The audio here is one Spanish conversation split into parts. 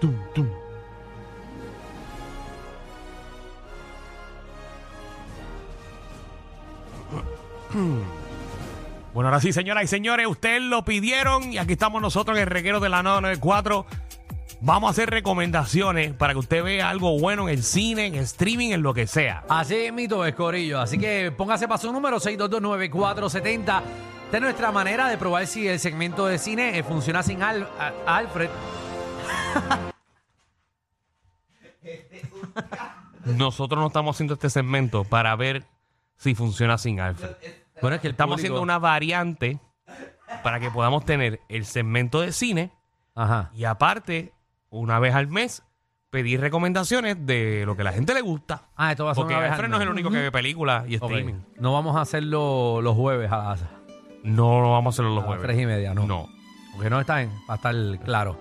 Tum, tum. Bueno, ahora sí, señoras y señores, ustedes lo pidieron y aquí estamos nosotros en el reguero de la 994. Vamos a hacer recomendaciones para que usted vea algo bueno en el cine, en streaming, en lo que sea. Así es, mito, es Corillo. Así que póngase para su número 6229470. Esta es nuestra manera de probar si el segmento de cine eh, funciona sin Al- a- Alfred. Nosotros no estamos haciendo este segmento para ver si funciona sin Alfred. Bueno, es que el Estamos público- haciendo una variante para que podamos tener el segmento de cine Ajá. y aparte, una vez al mes, pedir recomendaciones de lo que la gente le gusta. Ah, esto va a ser Porque una vez Alfred al no es el mes. único que ve películas y Ok. streaming. No vamos a hacerlo los jueves a las, No lo vamos a hacerlo a los las jueves. tres y media, ¿no? No. Porque no está en, para estar claro.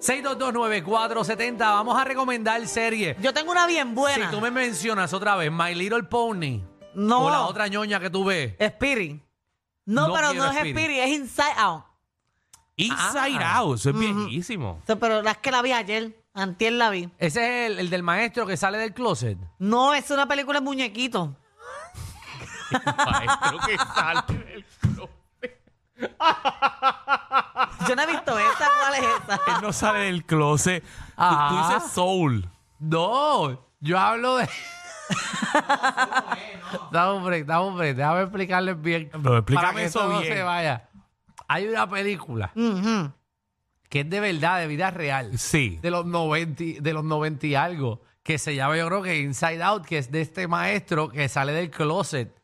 6229470, vamos a recomendar series. Yo tengo una bien buena. Si tú me mencionas otra vez My Little Pony o la No, otra ñoña que tú ves. Spirit. No, No pero quiero no es Spirit. Spirit, es Inside Out. Inside Ah. Out, eso es viejísimo. O sea, pero la es que la vi ayer, antier la vi. Ese es el, el del maestro que sale del closet. No, es una película de muñequitos. Maestro que sale del closet. Yo no he visto esa, ¿cuál es esa? Él no sale del closet. Tú- Tú, Ah. Ajá. dices Soul. No, yo hablo de. Dame un break, dame un break. Déjame explicarles bien. Pero explícame para que eso esto no bien. se vaya. Hay una película Ujú. que es de verdad, de vida real, Sí. de los 90, y- de los 90 y algo, que se llama, yo creo que Inside Out, que es de este maestro que sale del closet,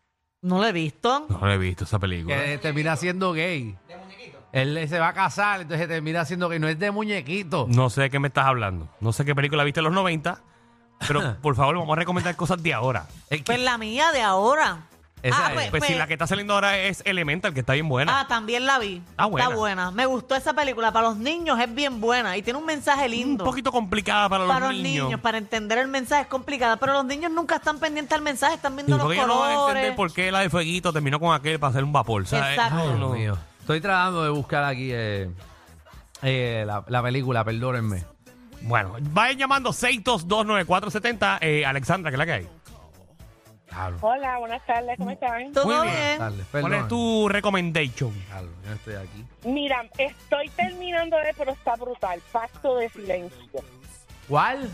No la he visto. No lo he visto esa película. que termina siendo gay. ¿De muñequito? Él se va a casar, entonces termina siendo gay. No es de muñequito. No sé de qué me estás hablando. No sé qué película viste en los 90. Pero por favor, vamos a recomendar cosas de ahora. Es que- Pues la mía de ahora. Esa ah, es. pues- Pues si la que está saliendo ahora es Elemental, que está bien buena. Ah, también la vi. Ah, buena. Está buena. Me gustó esa película. Para los niños es bien buena y tiene un mensaje un lindo. poquito complicada para los para los niños. niños. para entender el mensaje es complicada, pero los niños nunca están pendientes al mensaje, están Y viendo los porque ellos no van a colores. entender por qué la de Fueguito terminó con aquel para hacer un vapor. ¿sabes? Exacto. Ay, Dios no. mío. Estoy tratando de buscar aquí eh, eh, la, la película, perdónenme. Bueno, vayan llamando 6229470. Eh, Alexandra, que es la que hay. Claro. Hola, buenas tardes, ¿cómo están? Todo Muy bien. Dale, bien. ¿Cuál es perdónenme. tu recommendation? Claro, yo no estoy aquí. Mira, estoy terminando de, pero está brutal, Pacto de Silencio. ¿Cuál?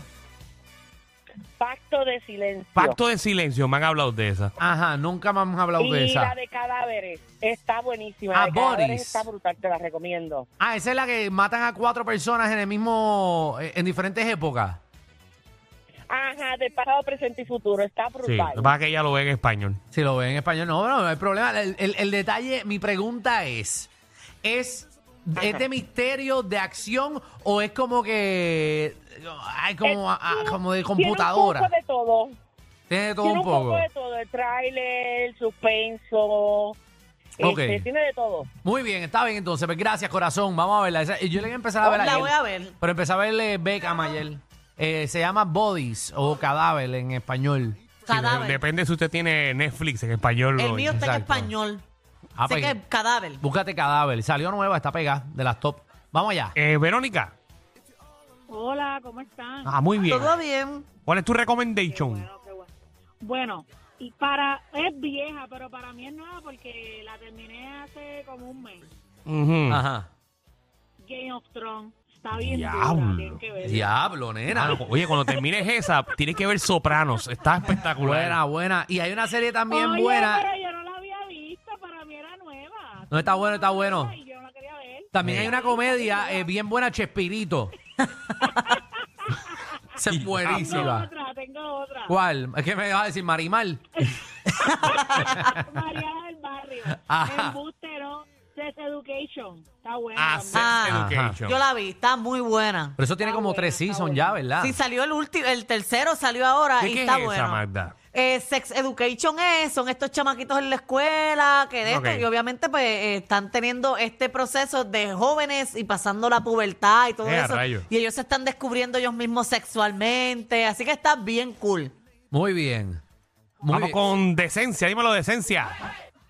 Pacto de Silencio. Pacto de silencio, me han hablado de esa. Ajá, nunca más hemos hablado de Y esa. la de cadáveres, está buenísima. la Ah, de cadáveres Boris. está brutal, te la recomiendo. Ah, esa es la que matan a cuatro personas en el mismo, eh, en diferentes épocas. Ajá, de pasado, presente y futuro, está Sí, brutal. lo que pasa es que ella lo ve en español. Si lo ven en español, no, no, no hay problema. El, el- el detalle, mi pregunta es, ¿es, ¿es de misterio, de acción o es como que, ay, Eh, como, a- a- como de computadora? Tiene un poco de todo. Tiene todo Tiene un poco. de todo, el tráiler, el suspenso, Ok. este, tiene de todo. Muy bien, está bien entonces. Pues gracias, corazón. Vamos a verla. Esa- eh, yo le voy a empezar a ver Oh, La ayer, voy a ver. Pero empecé a verle Beckham ayer. Eh, se llama Bodies o Cadáver en español. Sí, de- Cadáver. depende si usted tiene Netflix en español. el o- mío está en Exacto. español. Ah, Sé pues, que es cadáver. Búscate Cadáver. Salió nueva, está pegada de las top. Vamos allá. Eh, Verónica. Hola, ¿cómo están? Ah, muy bien. Todo bien. ¿Cuál es tu recommendation? Bueno, qué bueno. Bueno, y para, es vieja, pero para mí es nueva porque la terminé hace como un mes. Ujú. Ajá. Game of Thrones. Está bien Diablo. dura, tienen que verla. Diablo, nena. Ah, no, oye, cuando termines esa, tienes que ver Sopranos. Está Buena, espectacular. buena. Y hay una serie también Oye, buena. pero yo no la había visto, para mí era nueva. No, está bueno, está bueno. Y yo no la quería ver. También hay una comedia eh, bien buena, Chespirito. Esa es Tengo buenísima. otra, tengo otra. ¿Cuál? Es que me vas a decir Marimal. María del Barrio. Ajá. Embustero. Sex Education. Está buena. Ah, también. Sex Ah. Education. Yo la vi, está muy buena. Pero eso tiene Está como buena, tres está seasons buena. ya, ¿verdad? Sí, salió el último, el tercero salió ahora ¿De y qué está es esa, bueno. Magda? Eh, sex Education es, son estos chamaquitos en la escuela, que de esto, Ok. y obviamente pues eh, están teniendo este proceso de jóvenes y pasando la pubertad y todo Eh, a eso. rayos. Y ellos se están descubriendo ellos mismos sexualmente, así que está bien cool. Muy bien. Muy Vamos bien. con decencia, dímelo decencia.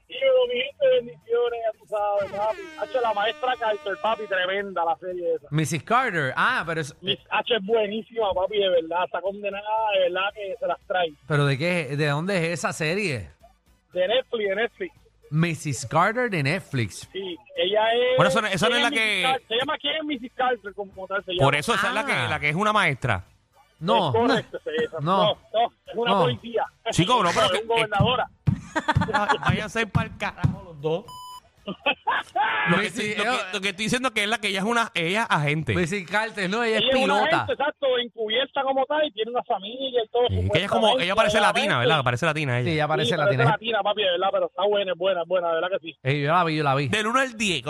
Diego, bendiciones a tu sabes, papi. Hacho, la maestra Carter, papi, tremenda la serie esa. Mrs. Carter. Ah, pero es- Miss H es buenísima, papi, de verdad. Está condenada, de verdad, que se las trae. pero ¿de qué? ¿De dónde es esa serie? De Netflix, de Netflix. Mrs. Carter de Netflix. Sí, ella es... Bueno, eso no- eso no ella es la Mrs. que- Carter. Se llama ¿Quién es Mrs. Carter? Como tal se llama. Por eso esa es la que, Ah. la que es una maestra. No, Es correcto, sí, esa. No. No, no, es una No. policía. Chico, no, pero Es que- un gobernadora. Vayan a ser para el carajo los dos. Lo que, estoy- lo eh, que- lo que estoy diciendo que es la que ella es una ella es agente. Mrs. Carter, no, ella es Ella es una pilota. gente, exacto, encubierta como tal, y tiene una familia y todo. Sí, que ella es como ella parece supuestamente, latina, ¿verdad? Parece latina Sí, ella. ella Sí, parece parece latina. latina, papi, de verdad, pero está buena, es buena, es buena, de verdad que sí. Ey, yo la vi, yo la vi. Del 1 al 10.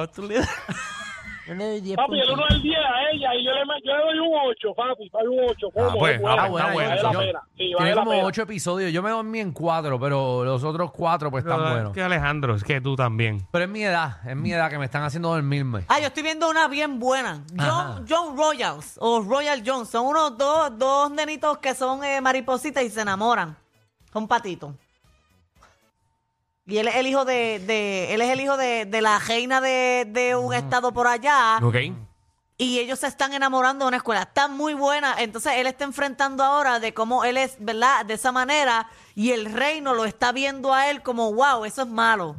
Papi, el 1 del 10 a ella y yo le, yo le doy un 8, papi. Papi, un 8. Ah, pues, ah, pues, está Vale bueno. la yo- pena. Sí, vale tiene la como pena. ocho episodios. Yo me dormí en cuatro, pero los otros cuatro pues están buenos. eh, Que Alejandro, es que tú también. Pero es mi edad, es mi edad que me están haciendo dormirme. Ah, yo estoy viendo una bien buena. Ajá. John, John Royals o Royal John. Son unos dos, dos nenitos que son eh, maripositas y se enamoran. Son patitos. Y él es el hijo de, de- él es el hijo de, de la reina de, de un estado por allá. Ok. Y ellos se están enamorando de una escuela. Está muy buena. Entonces él está enfrentando ahora de cómo él es, ¿verdad? De esa manera. Y el reino lo está viendo a él como, wow, eso es malo.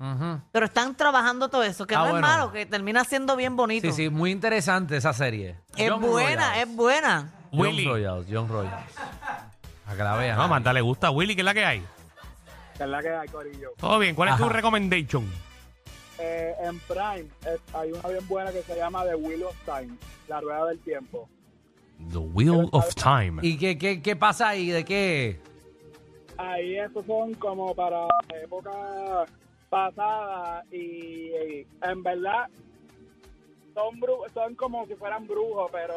Ujú. Pero están trabajando todo eso, que Ah, no bueno. es malo, que termina siendo bien bonito. Sí, sí, muy interesante esa serie. Es John buena, Royals. es buena. Willy. John Royals, John Royals. A que la vean. No, a Marta Ah, le gusta. Willy, ¿qué es la que hay? ¿Verdad que hay, Corillo? Todo bien. ¿Cuál es tu Ajá. recommendation? Eh, en Prime eh, hay una bien buena que se llama The Wheel of Time, La Rueda del Tiempo. The Wheel of Time. ¿Y qué, qué, qué pasa ahí? ¿De qué? Ahí esos son como para época pasada y, y en verdad son, bru- son como si fueran brujos, pero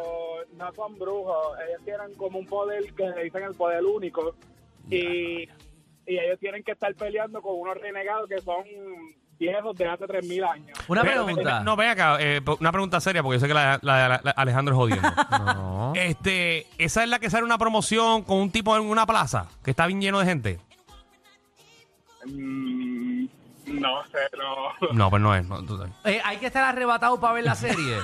no son brujos. Ellos tienen como un poder que le dicen el poder único y, y ellos tienen que estar peleando con unos renegados que son viejos de hace 3.000 años. Una Ve- ve- pregunta. no, ven acá. eh, una pregunta seria, porque yo sé que la, la- la- la- Alejandro es jodiendo. No. Este, esa es la que sale una promoción con un tipo en una plaza que está bien lleno de gente. Mm, no sé, no. No, pues no es. no, tú sabes. Eh, hay que estar arrebatado para ver la serie.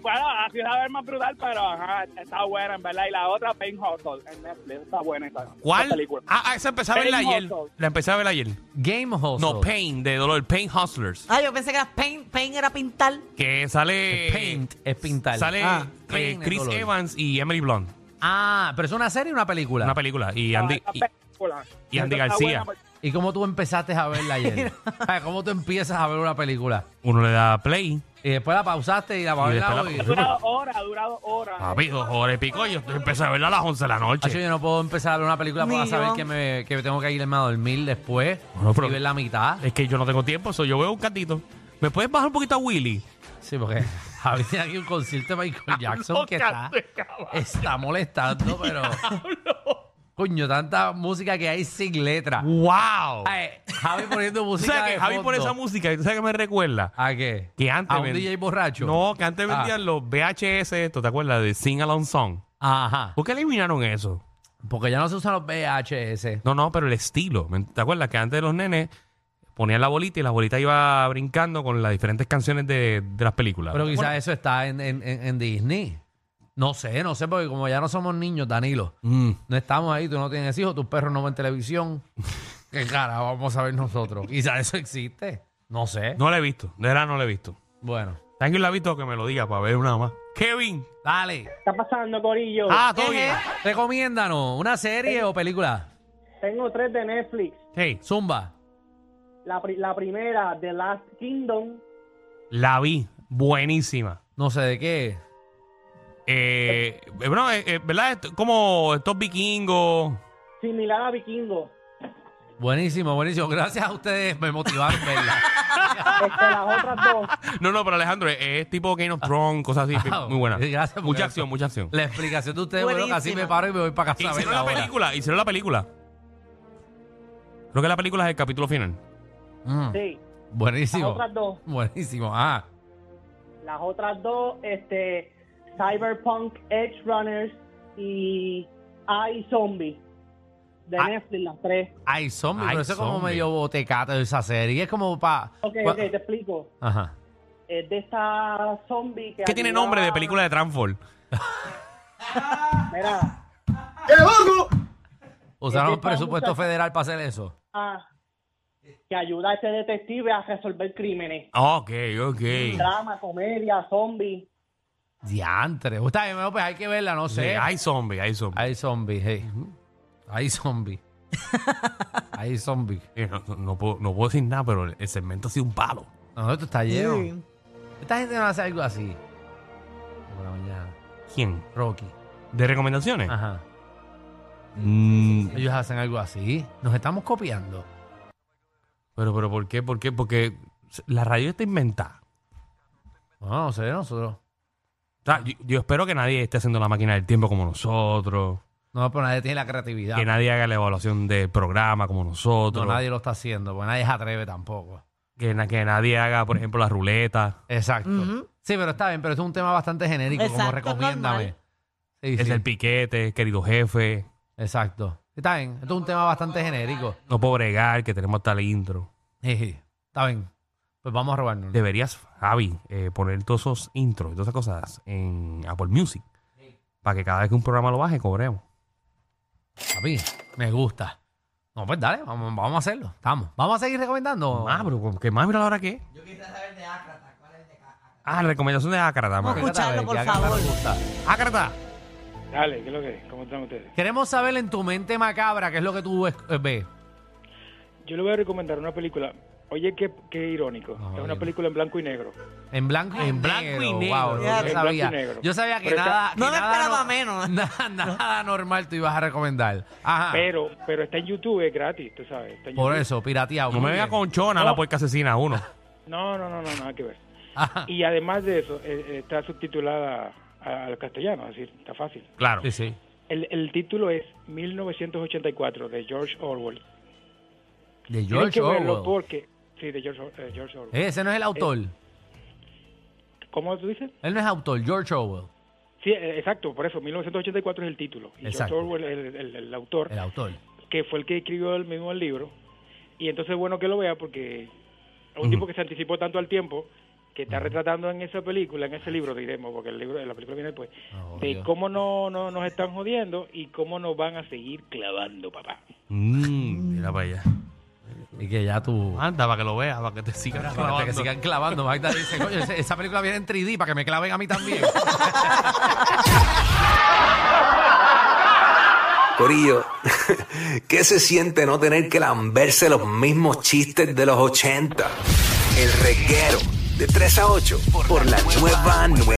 Bueno, así es la vez más brutal, pero ajá, está buena, en verdad. Y la otra, Pain Hustle, en Netflix, está buena esa, esa ¿Cuál? película. Ah, ah, esa empecé a verla Pain ayer. Hustle. La empecé a ver ayer. Game Hustle. No, Pain, de dolor. Pain Hustlers. Ah, yo pensé que era paint, paint era pintar. Que sale. Paint es pintar. Sale Ah, eh, Pain es Chris dolor. Evans y Emily Blunt. Ah, pero es una serie o una película. Una película. Y Andy, Esa y, película. y Andy Esa está García. buena, ¿Y cómo tú empezaste a verla ayer? Ah, ¿Cómo tú empiezas a ver una película? uno le da play. Y después la pausaste y la vas Y a ver después la hoy. porque Ha durado horas, ha durado horas. Papi, dos horas y pico. Yo empecé a verla a las 11 de la Hacho, noche. yo no puedo empezar a ver una película Ni para yo. saber que, me, que tengo que irme a dormir después Bueno, pero- y ver la mitad. Es que yo no tengo tiempo, so yo veo un cantito. ¿Me puedes bajar un poquito a Willy? Sí, porque Javi tiene aquí un concierto de Michael Jackson que está, está molestando, pero... Coño, tanta música que hay sin letra. ¡Wow! Ay, Javi poniendo ¿Tú música sabes de que Javi pone Ah, fondo. esa música y tú sabes que me recuerda? ¿A qué? Que antes ¿A un ven- DJ borracho? No, que antes Ah. vendían los VHS, esto, ¿te acuerdas? De Sing Along Song. Ajá. ¿Por qué eliminaron eso? Porque ya no se usan los VHS. No, no, pero el estilo. ¿me- ¿Te acuerdas que antes los nenes ponían la bolita y la bolita iba brincando con las diferentes canciones de, de las películas? Pero quizás eso está en, en- en- en Disney. No sé, no sé, porque como ya no somos niños, Danilo, Mm. no estamos ahí, tú no tienes hijos, tus perros no ven televisión. ¿Qué cara vamos a ver nosotros? Quizás eso existe. No sé. No la he visto, de verdad no la he visto. Bueno, Alguien la ha visto que me lo diga para ver una más. Kevin. dale. está pasando, Corillo? Ah, todo bien. Recomiéndanos una serie o película. Tengo tres de Netflix. Hey, Zumba. La, pri- la primera, The Last Kingdom. la vi. Buenísima. No sé de qué. Eh, eh, bueno, eh, eh, ¿verdad? Esto- Como estos vikingos. Similar a Vikingo. Buenísimo, buenísimo. Gracias a ustedes me motivaron a verla. Este, las otras dos. No, no, pero Alejandro, es, es tipo Game of Thrones, cosas así. Ah, Muy buena. gracias por Mucha eso. acción, mucha acción. La explicación de ustedes, bueno, casi Buenísima. me paro y me voy para casa a Hicieron verla la ahora. película, hicieron la película. Creo que la película es el capítulo final. Mm, Sí, las buenísimo. otras dos. Buenísimo. Ah. Las otras dos, este, Cyberpunk Edge Runners y I Zombie. de Ah. Netflix, las tres. Ay, zombie, Ay, pero eso es como zombie. medio botecata esa serie. Es como para. Ok, ok, te explico. Ajá. Es de esta zombie que... ¿Qué tiene ayuda- nombre de película de Transform? Mira, Usaron Es el de esta presupuesto muchacha. federal para hacer eso. ah, que ayuda a este detective a resolver crímenes. Ah, Ok, ok. Drama, comedia, zombie. Diantre. Está bien, bueno, pues hay que verla, no Sí, sé. hay zombie, hay zombie. Hay zombies, hey. Hay zombies. hay zombies. Eh, No, no- no puedo, no puedo decir nada, pero el segmento ha sido un palo. No, esto está lleno. Sí. Esta gente no hace algo así. Por la mañana. ¿Quién? Ah. Rocky. ¿De recomendaciones? Ajá. Mm, Ellos hacen algo así. Nos estamos copiando. pero, pero, ¿por qué? ¿Por qué? Porque la radio está inventada. No, no sé, nosotros. O sea, yo, yo espero que nadie esté haciendo la máquina del tiempo como nosotros, No, pero nadie tiene la creatividad. que nadie haga la evaluación del programa como nosotros, No, nadie lo está haciendo, porque nadie se atreve tampoco. que, na- que nadie haga, por ejemplo, la ruleta, Exacto. Ujú. Sí, pero está bien, pero esto es un tema bastante genérico, como Exacto, recomiéndame. normal. Sí, es sí, el piquete, querido jefe, Exacto. Está bien, esto es un tema bastante genérico. no puedo bregar, que tenemos hasta el intro. Sí, sí. Está bien, pues vamos a robarnos. Deberías, Javi, eh, poner todos esos intros y todas esas cosas en Apple Music, para que cada vez que un programa lo baje, cobremos. Papi, me gusta. No, pues dale, vamos, vamos a hacerlo. Estamos. Vamos a seguir recomendando. Más, Ah, pero que más, mira la hora que es. Oh. Yo quisiera saber de Ácrata. ¿Cuál es el de Ácrata? Ah, la recomendación de Ácrata. Vamos a Vamos. escucharlo, por Ya que ahora favor. me gusta. Ácrata. Dale, ¿qué es lo que es? ¿Cómo están ustedes? Queremos saber en tu mente macabra qué es lo que tú ves- eh, ves. Yo le voy a recomendar una película. Oye, qué, qué irónico. Ah, No, es una yo- película en blanco y negro. En blanco y En negro. blanco y negro. Wow, Ya. yo En sabía. blanco y negro. Yo sabía que Pero nada. está- No que me nada esperaba no- menos. Nada, nada normal tú ibas a recomendar. Ah. Ajá. Pero, pero está en YouTube, es gratis, tú sabes. está en Por YouTube. eso, pirateado. No me Muy vea bien. conchona la puerca asesina uno. No, no, no, no, nada que ver. Ah. Ajá. Y además de eso, eh, eh, está subtitulada a- al castellano, es decir, está fácil. Claro. Sí, sí. El, el título es 1984 de George Orwell. De Tienen George que verlo Orwell. porque sí, de George, Or- eh, George Orwell. Ese no es el autor. Eh. ¿Cómo tú dices? Él no es autor, George Orwell. Sí, eh, exacto, por eso 1984 es el título y Exacto. George Orwell es el, el- el autor El autor. que fue el que escribió el mismo el libro. Y entonces es bueno que lo vea porque es un tipo que se anticipó tanto al tiempo que está retratando en esa película, en ese libro diremos, porque el libro, la película viene después, Oh, de Dios. cómo no, no nos están jodiendo y cómo nos van a seguir clavando, papá. Mm, mira para allá. Y que ya tú. Ah, Anda, para que lo veas, para que te sigan Para que clavando. sigan clavando. Magda dice, coño, ese- esa película viene en 3D para que me claven a mí también. Corillo, ¿qué se siente no tener que lamberse los mismos chistes de los 80? El reguero de 3 a 8 por la nueva nueva.